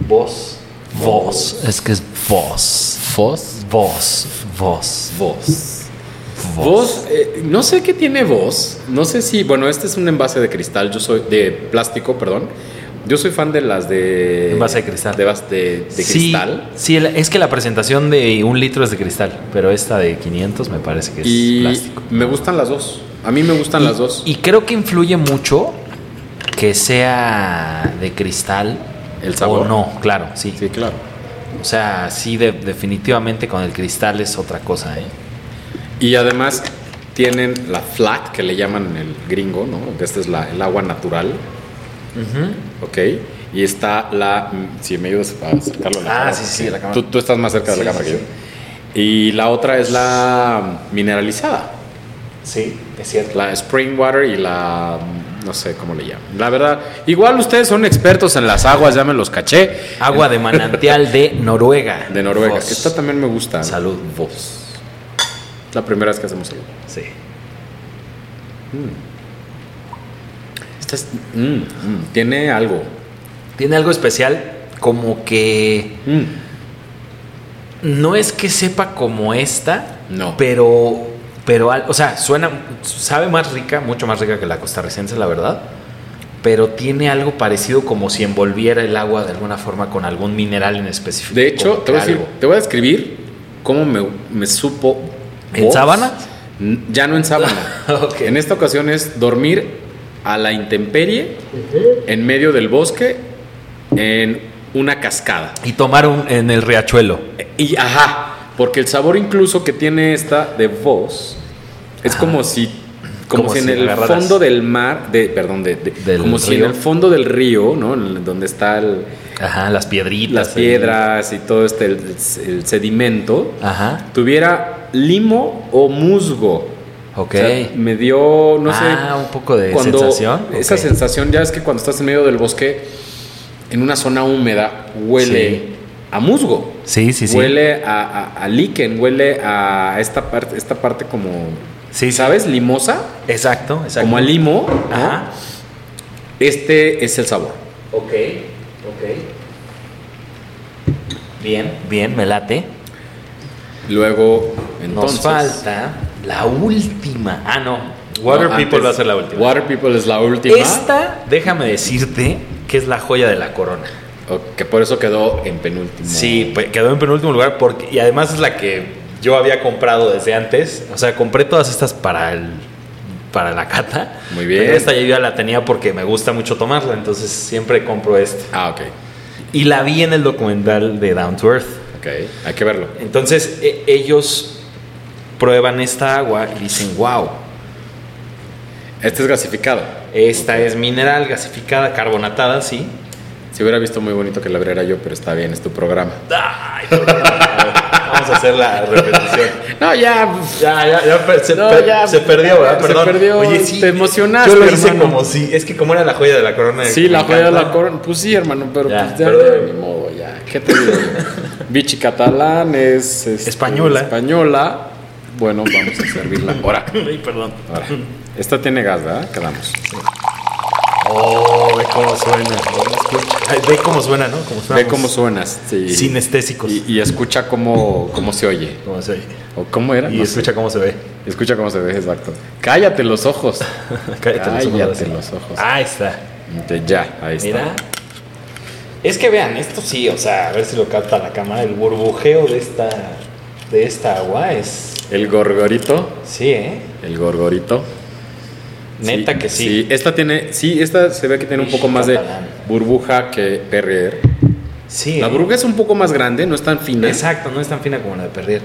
Speaker 3: Voz.
Speaker 2: Vos. Es que es vos.
Speaker 1: Voz.
Speaker 2: Vos. Vos.
Speaker 1: Voz. Voz. eh, no sé qué tiene voz. No sé si. Bueno, este es un envase de cristal. Yo soy. De plástico, perdón. Yo soy fan de las de.
Speaker 2: Envase de cristal.
Speaker 1: De, vas- de- de
Speaker 2: Sí,
Speaker 1: cristal.
Speaker 2: Sí, el- es que la presentación de un litro es de cristal, pero esta de 500 me parece que es
Speaker 1: Y
Speaker 2: plástico.
Speaker 1: me gustan las dos. A mí me gustan las dos.
Speaker 2: Y creo que influye mucho que sea de cristal.
Speaker 1: El sabor.
Speaker 2: O no, claro, sí.
Speaker 1: sí, claro.
Speaker 2: O sea, sí, de- definitivamente con el cristal es otra cosa, ¿eh?
Speaker 1: Y además tienen la flat, que le llaman el gringo, ¿no? Que esta es la, el agua natural. Ok. Y está la. mm, Si me ayudas a acercarlo a la
Speaker 2: Ah,
Speaker 1: cámara,
Speaker 2: sí, sí,
Speaker 1: porque
Speaker 2: la cámara.
Speaker 1: Tú, tú estás más cerca de la
Speaker 2: Sí,
Speaker 1: cámara
Speaker 2: sí,
Speaker 1: que yo. Y la otra es la mm, mineralizada.
Speaker 3: Sí, es cierto.
Speaker 1: La spring water y la. mm, No sé cómo le llaman. La verdad, igual ustedes son expertos en las aguas, ya me los caché.
Speaker 2: Agua de manantial de Noruega.
Speaker 1: De Noruega.
Speaker 2: Vos.
Speaker 1: Esta también me gusta.
Speaker 2: Salud.
Speaker 1: Vos. La primera vez que hacemos algo.
Speaker 3: Sí.
Speaker 1: Esta es- mm, mm, tiene algo.
Speaker 2: Tiene algo especial, como que
Speaker 1: Mm.
Speaker 2: no es que sepa como esta,
Speaker 1: No.
Speaker 2: pero, pero, al- o sea, suena, sabe más rica, mucho más rica que la costarricense, la verdad, pero tiene algo parecido como si envolviera el agua de alguna forma con algún mineral en específico.
Speaker 1: De hecho,
Speaker 2: como
Speaker 1: te voy, a
Speaker 2: que
Speaker 1: decir-
Speaker 2: algo.
Speaker 1: te voy a describir cómo me, me supo.
Speaker 2: ¿En
Speaker 1: vos.
Speaker 2: sábana?
Speaker 1: N- Ya no en sábana.
Speaker 2: Ok.
Speaker 1: En esta ocasión es dormir a la intemperie, en medio del bosque, en una cascada.
Speaker 2: Y tomar un- en el riachuelo.
Speaker 1: Y ajá, porque el sabor incluso que tiene esta de voz es como si como,
Speaker 2: Como
Speaker 1: si en
Speaker 2: si
Speaker 1: el
Speaker 2: agarraras-
Speaker 1: fondo del mar, de perdón, de, de-
Speaker 2: Del
Speaker 1: como si en
Speaker 2: río.
Speaker 1: el fondo del río, ¿no? En- Donde está el-
Speaker 2: Ajá, las piedritas.
Speaker 1: las
Speaker 2: ahí.
Speaker 1: piedras y todo este el, el sedimento
Speaker 2: Ajá,
Speaker 1: tuviera limo o musgo.
Speaker 2: ok.
Speaker 1: O sea, me dio, no sé.
Speaker 2: Ah, un poco de
Speaker 1: cuando-
Speaker 2: sensación,
Speaker 1: Esa
Speaker 2: ok.
Speaker 1: sensación ya es que cuando estás en medio del bosque, en una zona húmeda, huele
Speaker 2: Sí.
Speaker 1: a musgo.
Speaker 2: sí, sí, sí.
Speaker 1: Huele a, a- a líquen, huele a esta parte, esta parte como,
Speaker 2: Sí, sí.
Speaker 1: ¿sabes? Limosa,
Speaker 2: Exacto, exacto.
Speaker 1: como a limo. ¿no?
Speaker 2: Ajá.
Speaker 1: Este es el sabor.
Speaker 3: Ok, ok. Bien.
Speaker 2: Bien, me late.
Speaker 1: Luego, entonces.
Speaker 2: Nos falta la última. Ah, no.
Speaker 1: No, antes, Water People es la última.
Speaker 2: Esta, déjame decirte que es la joya de la corona.
Speaker 1: O- Que por eso quedó en penúltimo.
Speaker 2: Sí, pues, quedó en penúltimo lugar porque y además es la que yo había comprado desde antes. O sea, compré todas estas para el para la cata.
Speaker 1: Muy bien.
Speaker 2: Pero esta yo ya la tenía porque me gusta mucho tomarla, entonces siempre compro esta.
Speaker 1: Ah, ok.
Speaker 2: Y la vi en el documental de Down to Earth.
Speaker 1: Ok. Hay que verlo.
Speaker 2: Entonces e- ellos prueban esta agua y dicen, wow,
Speaker 1: Este es gasificado.
Speaker 2: esta es mineral gasificada, carbonatada, sí.
Speaker 1: Si hubiera visto muy bonito que la abriera yo, pero está bien, es tu programa.
Speaker 2: Ay, perdón. A ver, Vamos a hacer la repetición.
Speaker 1: No, ya.
Speaker 2: Ya, ya, ya, per- se,
Speaker 1: No,
Speaker 2: per-
Speaker 1: ya,
Speaker 2: se perdió, ¿verdad?
Speaker 1: se
Speaker 2: Perdón.
Speaker 1: perdió, te emocionaste,
Speaker 2: Yo lo hice
Speaker 1: hermano.
Speaker 2: como si, es que como era la joya de la corona.
Speaker 1: Sí,
Speaker 2: me
Speaker 1: la joya de la
Speaker 2: encanta.
Speaker 1: corona. Pues sí, hermano, pero
Speaker 2: Ya,
Speaker 1: pues ya,
Speaker 2: perdón.
Speaker 1: ya, ni modo, ya. ¿Qué te digo? yo? Vichy catalán es este,
Speaker 2: Española.
Speaker 1: Española. Bueno, vamos a servirla. Ahora,
Speaker 2: Ay, perdón.
Speaker 1: ahora. Esta tiene gas, ¿verdad? Quedamos.
Speaker 2: Oh, ve cómo suena. Ay, ve cómo suena, ¿no? Como
Speaker 1: Ve
Speaker 2: sonamos
Speaker 1: cómo suenas. Sí.
Speaker 2: Sinestésicos.
Speaker 1: Y, y escucha cómo, cómo se oye.
Speaker 2: Cómo se oye.
Speaker 1: ¿O cómo era?
Speaker 2: Y
Speaker 1: No sé.
Speaker 2: escucha cómo se ve.
Speaker 1: Escucha cómo se ve, exacto. Cállate los ojos. Cállate los ojos.
Speaker 2: Ah, está.
Speaker 1: De ya, ahí está.
Speaker 2: Mira. Es que vean, esto sí, o sea, a ver si lo capta la cámara. El burbujeo de esta, de esta agua es.
Speaker 1: El gorgorito.
Speaker 2: Sí, ¿eh?
Speaker 1: El gorgorito.
Speaker 2: Neta que sí.
Speaker 1: Esta tiene, sí, esta se ve que tiene un poco más de
Speaker 2: Catalán.
Speaker 1: burbuja que perrier.
Speaker 2: Sí.
Speaker 1: La
Speaker 2: ¿eh?
Speaker 1: burbuja es un poco más grande, no es tan fina.
Speaker 2: Exacto, no es tan fina como la de perder.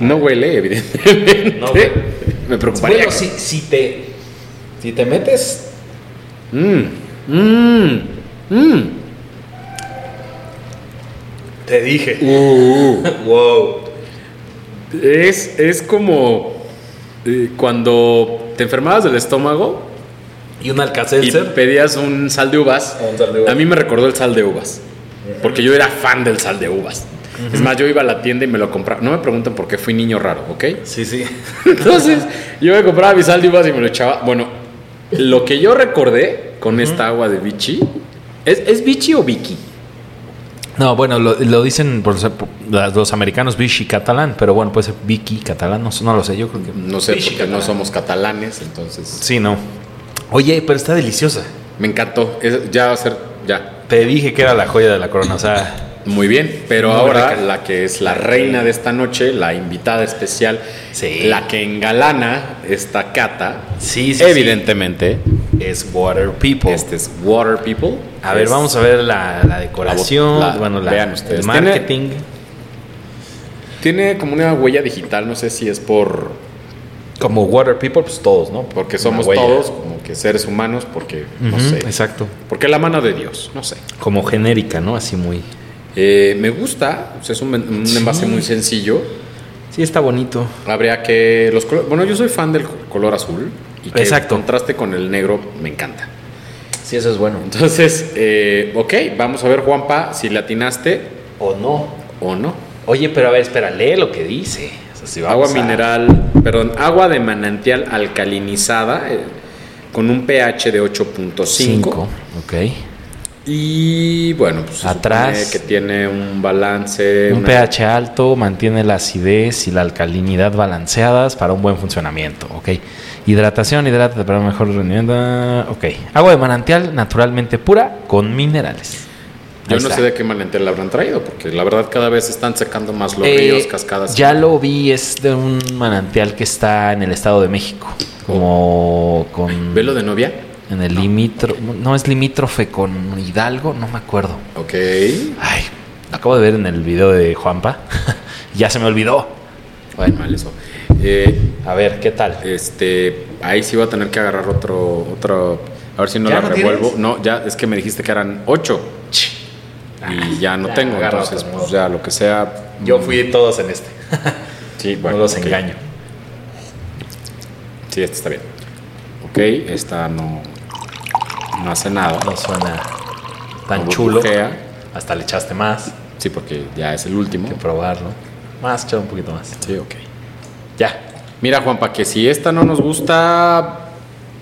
Speaker 1: No huele, evidentemente.
Speaker 2: No huele.
Speaker 1: Me preocuparía.
Speaker 2: Bueno, si, si te. Si te metes.
Speaker 1: Mm, mm, mm.
Speaker 2: Te dije.
Speaker 1: Uh,
Speaker 2: Wow.
Speaker 1: es, es como eh, cuando te enfermabas del estómago
Speaker 2: Y un
Speaker 1: y
Speaker 2: alcacelser.
Speaker 1: pedías un sal de uvas.
Speaker 2: Oh, Un sal de uvas. Eh,
Speaker 1: A mí me recordó el sal de uvas. Porque yo era fan del sal de uvas. Es más, yo iba a la tienda y me lo compraba. No me pregunten por qué fui niño raro, ¿ok?
Speaker 3: Sí, sí.
Speaker 1: Entonces, yo me compraba mi sal de uvas y me lo echaba. Bueno, lo que yo recordé con esta agua de Vichy. ¿Es, es Vichy o Vicky?
Speaker 2: No, bueno, lo, lo dicen por- por- las- los americanos Vichy catalán, pero bueno, puede ser Vicky catalán, no, sé- no lo sé, yo creo que...
Speaker 1: No sé,
Speaker 3: Vichy
Speaker 1: porque no somos catalanes, entonces.
Speaker 2: Sí, no.
Speaker 3: Oye, pero está deliciosa.
Speaker 1: Me encantó. Es- ya va a ser. Ya.
Speaker 2: Te dije que era la joya de la corona, o sea...
Speaker 1: Muy bien, pero
Speaker 2: Muy
Speaker 1: ahora
Speaker 2: rica.
Speaker 1: la que es la reina de esta noche, la invitada especial,
Speaker 2: Sí.
Speaker 1: la que engalana esta cata,
Speaker 2: Sí,
Speaker 1: evidentemente,
Speaker 2: Es Water People.
Speaker 1: este es Water People.
Speaker 2: A ver,
Speaker 1: Es-
Speaker 2: vamos a ver la, la decoración,
Speaker 1: La-
Speaker 2: bueno, la,
Speaker 1: vean ustedes.
Speaker 2: el
Speaker 1: Tiene-
Speaker 2: marketing.
Speaker 1: Tiene como una huella digital, no sé si es por
Speaker 2: Como Water People, pues todos, ¿no?
Speaker 1: porque
Speaker 2: Una
Speaker 1: somos
Speaker 2: huella.
Speaker 1: todos como que seres humanos, porque no
Speaker 2: Ujú,
Speaker 1: sé,
Speaker 2: Exacto.
Speaker 1: porque la mano de Dios, no sé.
Speaker 2: Como genérica, ¿no? Así muy...
Speaker 1: Eh, me gusta, o sea, es un, men- un
Speaker 2: Sí.
Speaker 1: envase muy sencillo.
Speaker 2: Sí, está bonito.
Speaker 1: Habría que los colo- bueno, yo soy fan del color azul y que
Speaker 2: Exacto.
Speaker 1: contraste con el negro me encanta.
Speaker 2: Sí, eso es bueno.
Speaker 1: Entonces, eh, ok, vamos a ver, Juanpa, si le atinaste
Speaker 2: O no.
Speaker 1: o no.
Speaker 2: Oye, pero a ver, espera, lee lo que dice. O sea, si
Speaker 1: Agua
Speaker 2: vamos a-
Speaker 1: mineral, perdón, agua de manantial alcalinizada eh, con un pH de 8.5.
Speaker 2: Cinco. Eh, Ok.
Speaker 1: Y bueno, pues se supone
Speaker 2: Atrás.
Speaker 1: que tiene un balance.
Speaker 2: un
Speaker 1: una-
Speaker 2: pH alto mantiene la acidez y la alcalinidad balanceadas para un buen funcionamiento. Ok. Hidratación, hidrata para un mejor rendimiento. ah, Ok. Agua de manantial naturalmente pura con minerales.
Speaker 1: Yo
Speaker 2: Ahí
Speaker 1: no
Speaker 2: está.
Speaker 1: sé de qué manantial la habrán traído, porque la verdad cada vez están sacando más los
Speaker 2: Eh,
Speaker 1: ríos, cascadas.
Speaker 2: Ya lo vi, es de un manantial que está en el Estado de México. Como con.
Speaker 1: ¿Velo de novia?
Speaker 2: En el limitro, no es limítrofe con Hidalgo, no me acuerdo.
Speaker 1: Ok.
Speaker 2: Ay, lo acabo de ver en el video de Juanpa. ya se me olvidó.
Speaker 1: Bueno, mal eso. Eh,
Speaker 2: A ver, ¿qué tal?
Speaker 1: este, ahí sí voy a tener que agarrar otro, otro, a ver si no
Speaker 3: ¿Ya
Speaker 1: la
Speaker 3: no
Speaker 1: revuelvo.
Speaker 3: tienes?
Speaker 1: No, ya es que me dijiste que eran ocho y ya no
Speaker 3: Ah, ya,
Speaker 1: tengo,
Speaker 3: agarra
Speaker 1: entonces
Speaker 3: otro,
Speaker 1: pues
Speaker 3: ¿no?
Speaker 1: ya lo que sea. mm,
Speaker 3: Yo fui todos en este.
Speaker 1: Sí, bueno,
Speaker 3: no los
Speaker 1: ok.
Speaker 3: engaño.
Speaker 1: Sí, esta está bien. Ok, esta no, no hace nada.
Speaker 2: No suena tan
Speaker 1: No
Speaker 2: chulo.
Speaker 1: burbujea.
Speaker 2: Hasta le echaste más
Speaker 1: Sí, porque ya es el último.
Speaker 2: que probarlo. Más, echar un poquito más.
Speaker 1: Sí, ok.
Speaker 2: Ya,
Speaker 1: Mira, Juanpa, que si esta no nos gusta,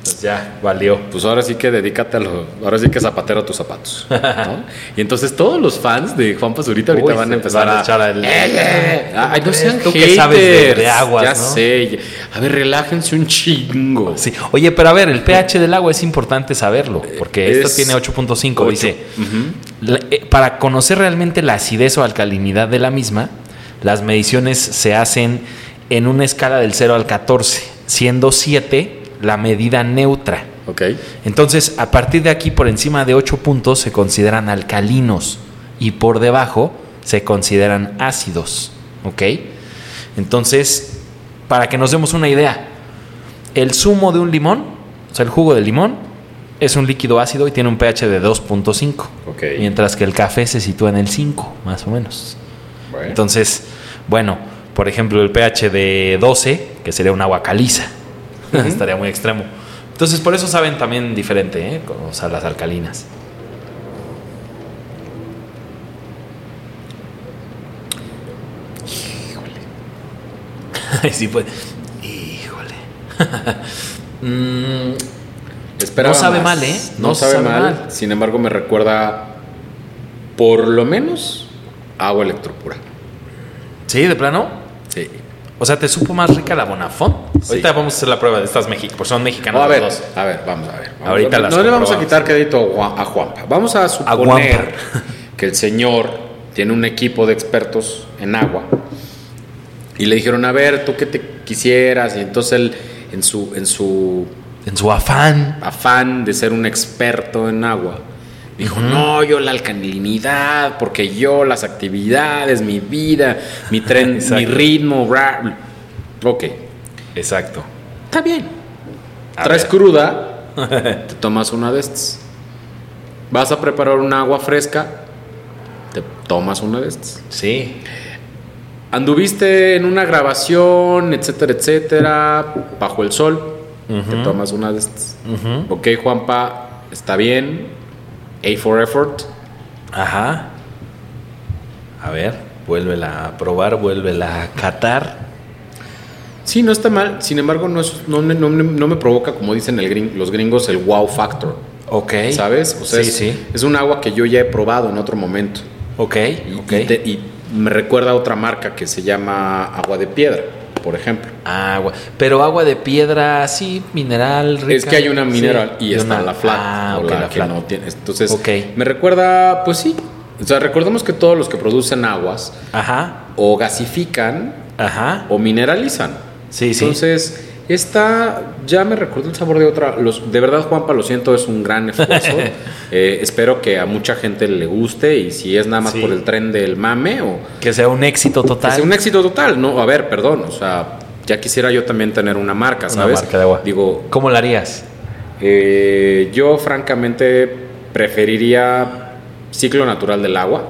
Speaker 2: pues ya, valió.
Speaker 1: pues ahora sí que dedícate a lo. Ahora sí que zapatero a tus zapatos. ¿no? Y entonces todos los fans de Juanpa Zurita ahorita
Speaker 2: Uy,
Speaker 1: van
Speaker 2: se
Speaker 1: a empezar
Speaker 2: van a
Speaker 1: a.
Speaker 2: echar al-
Speaker 1: ¡Eh, eh! ¡Ay, no sean
Speaker 2: Tú que sabes de- de
Speaker 1: haters!
Speaker 2: aguas,
Speaker 1: Ya
Speaker 2: ¿no?
Speaker 1: sé. A ver, relájense un chingo.
Speaker 2: Sí. Oye, pero a ver, el pH del agua es importante saberlo, porque
Speaker 1: Eh, Es
Speaker 2: esto tiene 8.5,
Speaker 1: ocho.
Speaker 2: dice. La- eh, para conocer realmente la acidez o alcalinidad de la misma, las mediciones se hacen en una escala del 0 al 14, siendo 7 la medida neutra.
Speaker 1: Ok.
Speaker 2: Entonces, a partir de aquí, por encima de 8 puntos se consideran alcalinos y por debajo se consideran ácidos. ¿Ok? Entonces, para que nos demos una idea, el zumo de un limón, o sea, el jugo de limón, es un líquido ácido y tiene un pH de 2.5.
Speaker 1: Ok.
Speaker 2: Mientras que el café se sitúa en el 5, más o menos.
Speaker 1: Bueno.
Speaker 2: Entonces, bueno, por ejemplo, el pH de 12, que sería un agua caliza, estaría muy extremo. Entonces, por eso saben también diferente, ¿eh? o sea, las alcalinas. Híjole. sí pues, fue. Híjole. Mm,
Speaker 1: Esperaba
Speaker 2: No sabe
Speaker 1: más.
Speaker 2: mal, ¿eh?
Speaker 1: No,
Speaker 2: No
Speaker 1: sabe,
Speaker 2: sabe
Speaker 1: mal.
Speaker 2: mal.
Speaker 1: Sin embargo, me recuerda por lo menos agua electropura.
Speaker 2: sí, de plano.
Speaker 1: Sí.
Speaker 2: O sea, ¿te supo más rica la Bonafont?
Speaker 1: Sí.
Speaker 2: Ahorita vamos a hacer la prueba de estas México, porque son mexicanas
Speaker 1: a
Speaker 2: las
Speaker 1: ver,
Speaker 2: dos.
Speaker 1: a ver, vamos a ver. Vamos
Speaker 2: Ahorita
Speaker 1: a ver.
Speaker 2: las
Speaker 1: No le vamos a quitar
Speaker 2: comprobamos.
Speaker 1: crédito a, Gua- a Juanpa. Vamos a suponer
Speaker 2: Juanpa.
Speaker 1: que el señor tiene un equipo de expertos en agua y le dijeron, a ver, tú qué te quisieras. Y entonces él, en su, en su
Speaker 2: En su afán.
Speaker 1: afán de ser un experto en agua. Dijo, no, yo la alcalinidad, porque yo las actividades, mi vida, mi tren, mi
Speaker 2: Exacto.
Speaker 1: ritmo, bla, bla". Ok,
Speaker 2: Exacto.
Speaker 1: está bien.
Speaker 2: A
Speaker 1: Traes
Speaker 2: ver.
Speaker 1: cruda, te tomas una de estas. Vas a preparar un agua fresca, te tomas una de estas.
Speaker 2: Sí.
Speaker 1: Anduviste en una grabación, etcétera, etcétera, bajo el sol, te tomas una de estas. Ok, Juanpa, está bien. A for effort.
Speaker 2: Ajá. A ver, vuélvela a probar, vuélvela a catar.
Speaker 1: Sí, no está mal. Sin embargo, no, es- no, me- no me- no me provoca, como dicen el gring- los gringos, el wow factor.
Speaker 4: Ok.
Speaker 1: ¿Sabes? O sea,
Speaker 4: sí,
Speaker 1: es,
Speaker 4: sí.
Speaker 1: es un agua que yo ya he probado en otro momento.
Speaker 4: Ok,
Speaker 1: Y,
Speaker 4: ok.
Speaker 1: y te- y me recuerda a otra marca que se llama Agua de Piedra, por ejemplo.
Speaker 4: Agua. Pero agua de piedra, sí, mineral, rica.
Speaker 1: Es que hay una mineral
Speaker 4: Sí.
Speaker 1: y está
Speaker 4: una-
Speaker 1: la flat.
Speaker 4: Ah,
Speaker 1: o
Speaker 4: ok,
Speaker 1: la
Speaker 4: la
Speaker 1: que
Speaker 4: flat.
Speaker 1: no tiene. Entonces,
Speaker 4: Ok.
Speaker 1: me recuerda, pues sí. O sea, recordemos que todos los que producen aguas
Speaker 4: Ajá,
Speaker 1: o gasifican
Speaker 4: ajá.
Speaker 1: o mineralizan.
Speaker 4: Sí, sí.
Speaker 1: Entonces, esta ya me recuerda el sabor de otra. Los, de verdad, Juanpa, lo siento, es un gran esfuerzo. Eh, espero que a mucha gente le guste y si es nada más
Speaker 2: Sí.
Speaker 1: por el tren del mame o
Speaker 4: que sea un éxito total.
Speaker 1: que sea un éxito total. No, a ver, perdón, o sea, ya quisiera yo también tener una marca,
Speaker 4: Una
Speaker 1: ¿sabes?
Speaker 4: marca de agua.
Speaker 1: Digo,
Speaker 4: ¿Cómo la harías?
Speaker 1: eh, yo francamente preferiría ciclo natural del agua.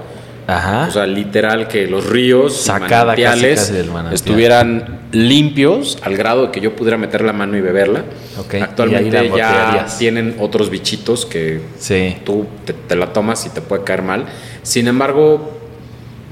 Speaker 4: Ajá.
Speaker 1: O sea, literal que los ríos y
Speaker 4: Ah. Sacada casi,
Speaker 1: manantiales
Speaker 4: casi del manantial.
Speaker 1: estuvieran limpios al grado de que yo pudiera meter la mano y beberla.
Speaker 4: Ok, y ahí
Speaker 1: Actualmente
Speaker 4: la
Speaker 1: ya
Speaker 4: botearías.
Speaker 1: tienen otros bichitos que
Speaker 4: sí.
Speaker 1: tú te, te la tomas y te puede caer mal. Sin embargo,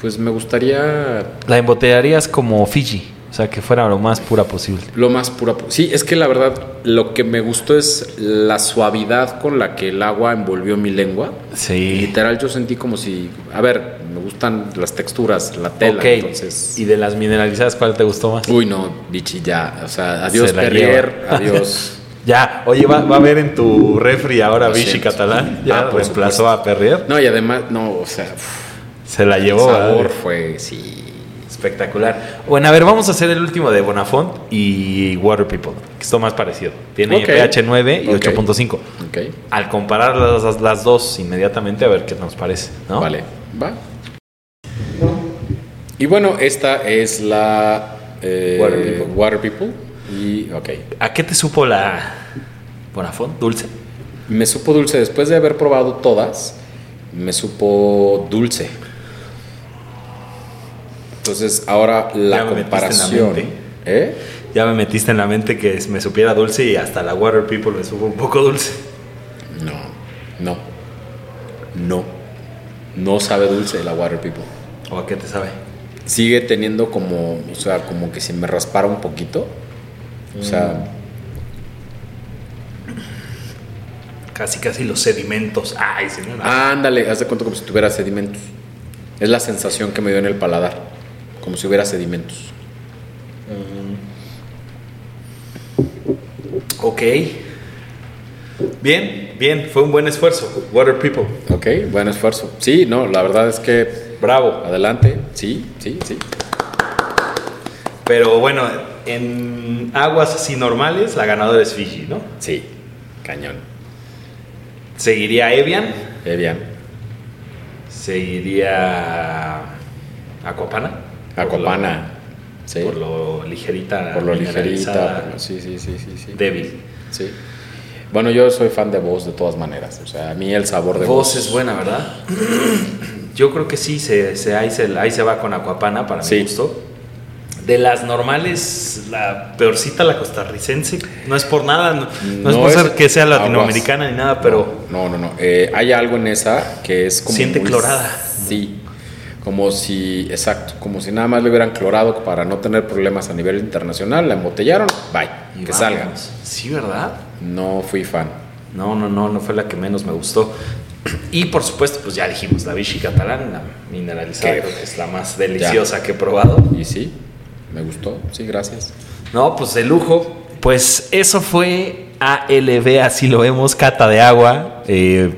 Speaker 1: pues me gustaría
Speaker 4: La embotellarías como Fiji. O sea, que fuera lo más pura posible.
Speaker 1: lo más pura. po- Sí, es que la verdad lo que me gustó es la suavidad con la que el agua envolvió mi lengua.
Speaker 4: Sí.
Speaker 1: Literal, yo sentí como si, a ver, me gustan las texturas, la tela,
Speaker 4: ok.
Speaker 1: entonces.
Speaker 4: ¿Y de las mineralizadas cuál te gustó más?
Speaker 1: Uy, no, bichi, ya. O sea, adiós,
Speaker 4: Se la
Speaker 1: Perrier,
Speaker 4: lleva.
Speaker 1: adiós.
Speaker 2: Ya, oye, va, va a haber en tu refri ahora
Speaker 1: Lo
Speaker 2: Vichy
Speaker 1: siento.
Speaker 2: Catalán. Ya
Speaker 1: Ah,
Speaker 2: pues,
Speaker 1: por
Speaker 2: reemplazó
Speaker 1: supuesto.
Speaker 2: a Perrier.
Speaker 1: No, y además, no, o sea, uf,
Speaker 2: Se la
Speaker 1: el
Speaker 2: llevó.
Speaker 1: sabor
Speaker 2: ¿verdad?
Speaker 1: fue, sí.
Speaker 2: Espectacular. Bueno, a ver, vamos a hacer el último de Bonafont y Water People, que es lo más parecido. Tiene
Speaker 1: Ok.
Speaker 2: pH 9 y
Speaker 1: Ok.
Speaker 2: 8.5.
Speaker 1: Ok,
Speaker 2: Al comparar las, las- las dos inmediatamente, a ver qué nos parece, ¿no?
Speaker 1: vale, va. Y bueno, esta es la eh,
Speaker 2: Water People.
Speaker 1: Water People. Y, ok.
Speaker 2: ¿A qué te supo la Bonafont? Dulce.
Speaker 1: Me supo dulce, después de haber probado todas, me supo dulce. Entonces, ahora
Speaker 2: Ya
Speaker 1: la
Speaker 2: me metiste en la
Speaker 1: comparación.
Speaker 2: mente.
Speaker 1: ¿Eh?
Speaker 2: Ya me metiste en la mente que me supiera dulce y hasta la Water People me supo un poco dulce.
Speaker 1: No, no, no. No sabe dulce la Water People.
Speaker 2: ¿O a qué te sabe?
Speaker 1: Sigue teniendo como, o sea, como que se me raspara un poquito. O sea,
Speaker 2: Casi, casi los sedimentos. Ay,
Speaker 1: Ah,
Speaker 2: señora.
Speaker 1: ándale, haz de cuenta como si tuviera sedimentos. Es la sensación que me dio en el paladar. Como si hubiera sedimentos.
Speaker 2: Ok. Bien, bien, fue un buen esfuerzo. Water People.
Speaker 1: Ok, buen esfuerzo. Sí, no, la verdad es que.
Speaker 2: Bravo.
Speaker 1: Adelante. Sí, sí, sí.
Speaker 2: Pero bueno, en aguas así normales, la ganadora es Fiji, ¿no?
Speaker 1: Sí, cañón.
Speaker 2: Seguiría Evian,
Speaker 1: Eh, bien.
Speaker 2: seguiría Aquapana.
Speaker 1: Acopana. Sí.
Speaker 2: Por lo, por lo ligerita.
Speaker 1: Por lo
Speaker 2: mineralizada,
Speaker 1: ligerita. por lo- Sí, sí, sí, sí. sí.
Speaker 2: Débil.
Speaker 1: Sí. Bueno, yo soy fan de voz de todas maneras. O sea, a mí el sabor de
Speaker 2: Voz
Speaker 1: voz.
Speaker 2: es buena, ¿verdad? Yo creo que sí, se, se- ahí, se, ahí se va con Aquapana para
Speaker 1: Sí.
Speaker 2: mi gusto. De las normales, la peorcita, la costarricense. No es por nada, no, no es
Speaker 1: No
Speaker 2: por
Speaker 1: es-
Speaker 2: ser que sea
Speaker 1: aguas.
Speaker 2: latinoamericana ni nada, pero
Speaker 1: No, no, no. Eh, hay algo en esa que es como.
Speaker 2: Siente clorada.
Speaker 1: Sí. Como si, exacto, como si nada más le hubieran clorado para no tener problemas a nivel internacional, la embotellaron, bye,
Speaker 2: y
Speaker 1: que
Speaker 2: vámonos.
Speaker 1: salga.
Speaker 2: Sí, ¿verdad?
Speaker 1: No fui fan.
Speaker 2: No, no, no, no fue la que menos me gustó. Y por supuesto, pues ya dijimos, la Vichy catalán, la mineralizada,
Speaker 1: Que-
Speaker 2: creo que es la más deliciosa que he probado.
Speaker 1: Y sí, me gustó, sí, gracias.
Speaker 2: No, pues de lujo. Pues eso fue ALB, así lo vemos, Cata de Agua. eh,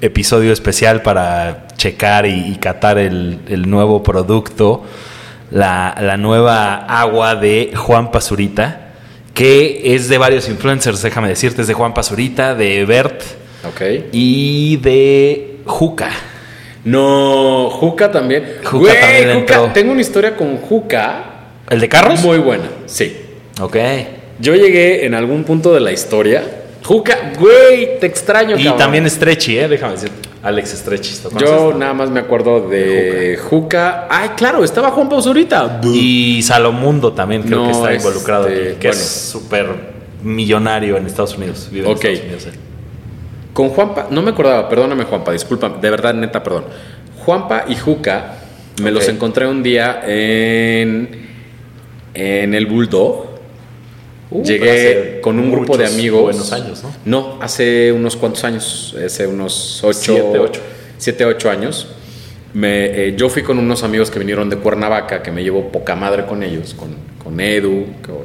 Speaker 2: episodio especial para checar y, y catar el, el nuevo producto, la, la nueva agua de Juan Pazurita, que es de varios influencers, déjame decirte, es de Juan Pazurita, de Bert
Speaker 1: Ok.
Speaker 2: y de Juca.
Speaker 1: No, Juca también.
Speaker 2: Juca
Speaker 1: Güey,
Speaker 2: también le
Speaker 1: Juca,
Speaker 2: entró.
Speaker 1: tengo una historia con Juca
Speaker 2: ¿El de carros?
Speaker 1: muy buena, sí.
Speaker 2: Ok.
Speaker 1: Yo llegué en algún punto de la historia. Juca, güey, te extraño,
Speaker 2: Y
Speaker 1: cabrón.
Speaker 2: también Stretchy, ¿eh? déjame decirte. Alex Stretchy. ¿lo conoces?
Speaker 1: Yo nada más me acuerdo de Juca. Ay, claro, estaba Juan Pazurita.
Speaker 2: Y Salomundo también creo
Speaker 1: No,
Speaker 2: que está
Speaker 1: este,
Speaker 2: involucrado aquí, que
Speaker 1: bueno.
Speaker 2: es súper millonario en Estados Unidos. vive en
Speaker 1: Ok.
Speaker 2: Estados Unidos
Speaker 3: eh.
Speaker 2: él.
Speaker 1: Con Juanpa, no me acordaba, perdóname Juanpa, disculpa, de verdad, neta, perdón. Juanpa y Juca Me los
Speaker 3: Ok.
Speaker 1: encontré un día en, en el Bulldog.
Speaker 3: Uh, pero
Speaker 1: Llegué
Speaker 3: hace
Speaker 1: con un grupo de
Speaker 3: muchos
Speaker 1: amigos.
Speaker 3: buenos años, ¿no?
Speaker 1: No, hace unos cuantos años, hace unos ocho,
Speaker 3: Siete, ocho.
Speaker 1: siete, ocho años. Me, eh, yo fui con unos amigos que vinieron de Cuernavaca, que me llevo poca madre con ellos, con, con Edu, con,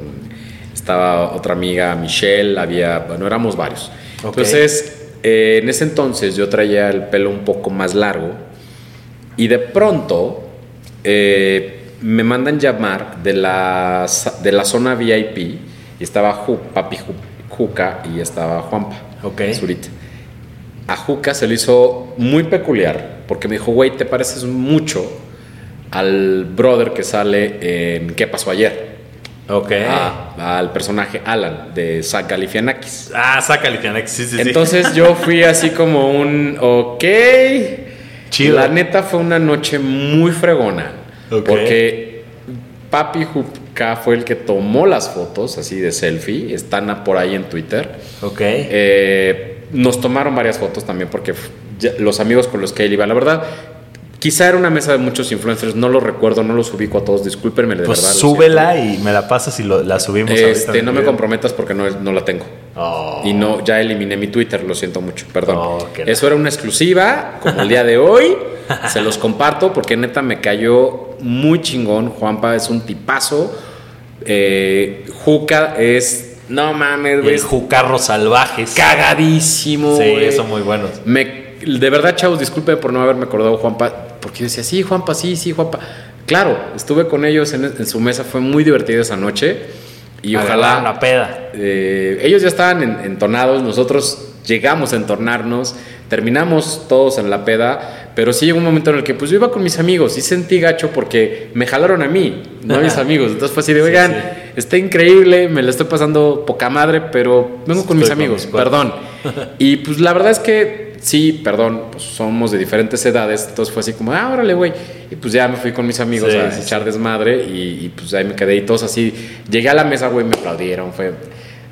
Speaker 1: estaba otra amiga, Michelle, había, bueno, éramos varios.
Speaker 3: Ok.
Speaker 1: Entonces, eh, en ese entonces yo traía el pelo un poco más largo y de pronto eh, me mandan llamar de la, sa- de la zona VIP y estaba Ju- Papi Ju- Juca y estaba Juanpa.
Speaker 3: Ok.
Speaker 1: Zurita. A Juca se le hizo muy peculiar porque me dijo, güey, te pareces mucho al brother que sale en ¿Qué pasó ayer?
Speaker 3: Ok. Ah,
Speaker 1: A- al personaje Alan de Zach Galifianakis.
Speaker 3: saca Lifianex. Sí, sí, sí.
Speaker 1: Entonces yo fui así como un ok.
Speaker 3: Chido. eh.
Speaker 1: La neta fue una noche muy fregona.
Speaker 3: Ok.
Speaker 1: Porque Papi Jupka fue el que tomó las fotos así de selfie. Están a- por ahí en Twitter.
Speaker 3: Ok.
Speaker 1: Eh, nos tomaron varias fotos también porque f- ya- los amigos con los que él iba, la verdad. Quizá era una mesa de muchos influencers, no lo recuerdo, no los ubico a todos, discúlpenme de
Speaker 3: pues
Speaker 1: verdad. lo
Speaker 3: súbela y me la pasas y lo- la subimos.
Speaker 1: siento.
Speaker 3: ahorita en
Speaker 1: Este,
Speaker 3: el
Speaker 1: no me
Speaker 3: video.
Speaker 1: comprometas porque no, no la tengo.
Speaker 3: Oh.
Speaker 1: Y no, ya eliminé mi Twitter, lo siento mucho, perdón.
Speaker 3: Oh, qué
Speaker 1: Eso era una exclusiva, como el día de hoy. Se los comparto porque neta me cayó muy chingón. Juanpa es un tipazo. Eh, Juca es. No mames,
Speaker 3: Y
Speaker 1: güey.
Speaker 3: el
Speaker 1: es
Speaker 3: jucarro salvajes.
Speaker 1: Cagadísimo.
Speaker 3: Sí,
Speaker 1: güey.
Speaker 3: eso muy bueno.
Speaker 1: Me, de verdad, chavos, disculpe por no haberme acordado, Juanpa, porque yo decía, sí, Juanpa, sí, sí, Juanpa. Claro, estuve con ellos en, en su mesa, fue muy divertida esa noche. Y ojalá.
Speaker 3: Agarraron la peda.
Speaker 1: Eh, ellos ya estaban en- entonados, nosotros llegamos a entornarnos, terminamos todos en la peda, pero sí llegó un momento en el que pues yo iba con mis amigos y sentí gacho porque me jalaron a mí, no a mis amigos. Entonces fue así de,
Speaker 3: Sí,
Speaker 1: oigan,
Speaker 3: sí.
Speaker 1: está increíble, me la estoy pasando poca madre, pero vengo
Speaker 3: Estoy
Speaker 1: con mis
Speaker 3: con
Speaker 1: amigos,
Speaker 3: mis cuates.
Speaker 1: perdón. Y pues la verdad es que sí, perdón, pues somos de diferentes edades, entonces fue así como, ah, órale, güey. Y pues ya me fui con mis amigos
Speaker 3: Sí,
Speaker 1: a
Speaker 3: sí, sí.
Speaker 1: echar desmadre y, y, pues ahí me quedé y todos así. Llegué a la mesa, güey, me aplaudieron, fue...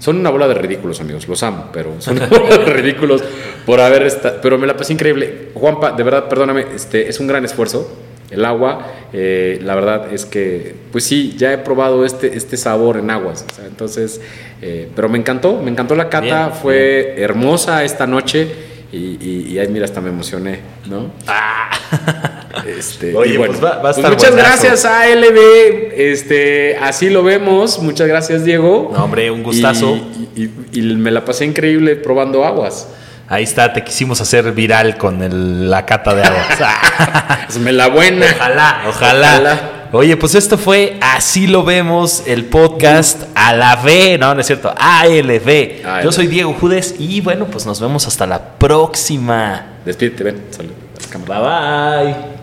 Speaker 1: Son una bola de ridículos, amigos, los amo, pero son una bola de ridículos por haber estado... Pero me la pasé increíble. Juanpa, de verdad, perdóname, este, es un gran esfuerzo. El agua, eh, la verdad es que, pues sí, ya he probado este, este sabor en aguas. o sea, entonces, eh, pero me encantó, me encantó la cata,
Speaker 3: Bien,
Speaker 1: fue hermosa esta noche y, y- y ahí mira, hasta me emocioné, ¿no? Este,
Speaker 3: Ah. Oye,
Speaker 1: y
Speaker 3: pues va- va a estar
Speaker 1: muchas
Speaker 3: buenazo.
Speaker 1: gracias ALB, este, así lo vemos, muchas gracias Diego.
Speaker 3: No, hombre, un gustazo.
Speaker 1: Y, y- y- y me la pasé increíble probando aguas.
Speaker 3: Ahí está, te quisimos hacer viral con el- la cata de agua. Ah.
Speaker 1: Me la buena.
Speaker 3: Ojalá, ojalá,
Speaker 1: Ojalá.
Speaker 3: Oye, pues esto fue Así lo vemos, el podcast a la V, no, no es cierto, ALV.
Speaker 1: ALV.
Speaker 3: Yo soy Diego Judes y bueno, pues nos vemos hasta la próxima.
Speaker 1: Despídete, ven, salud. a la cámara.
Speaker 3: Bye bye.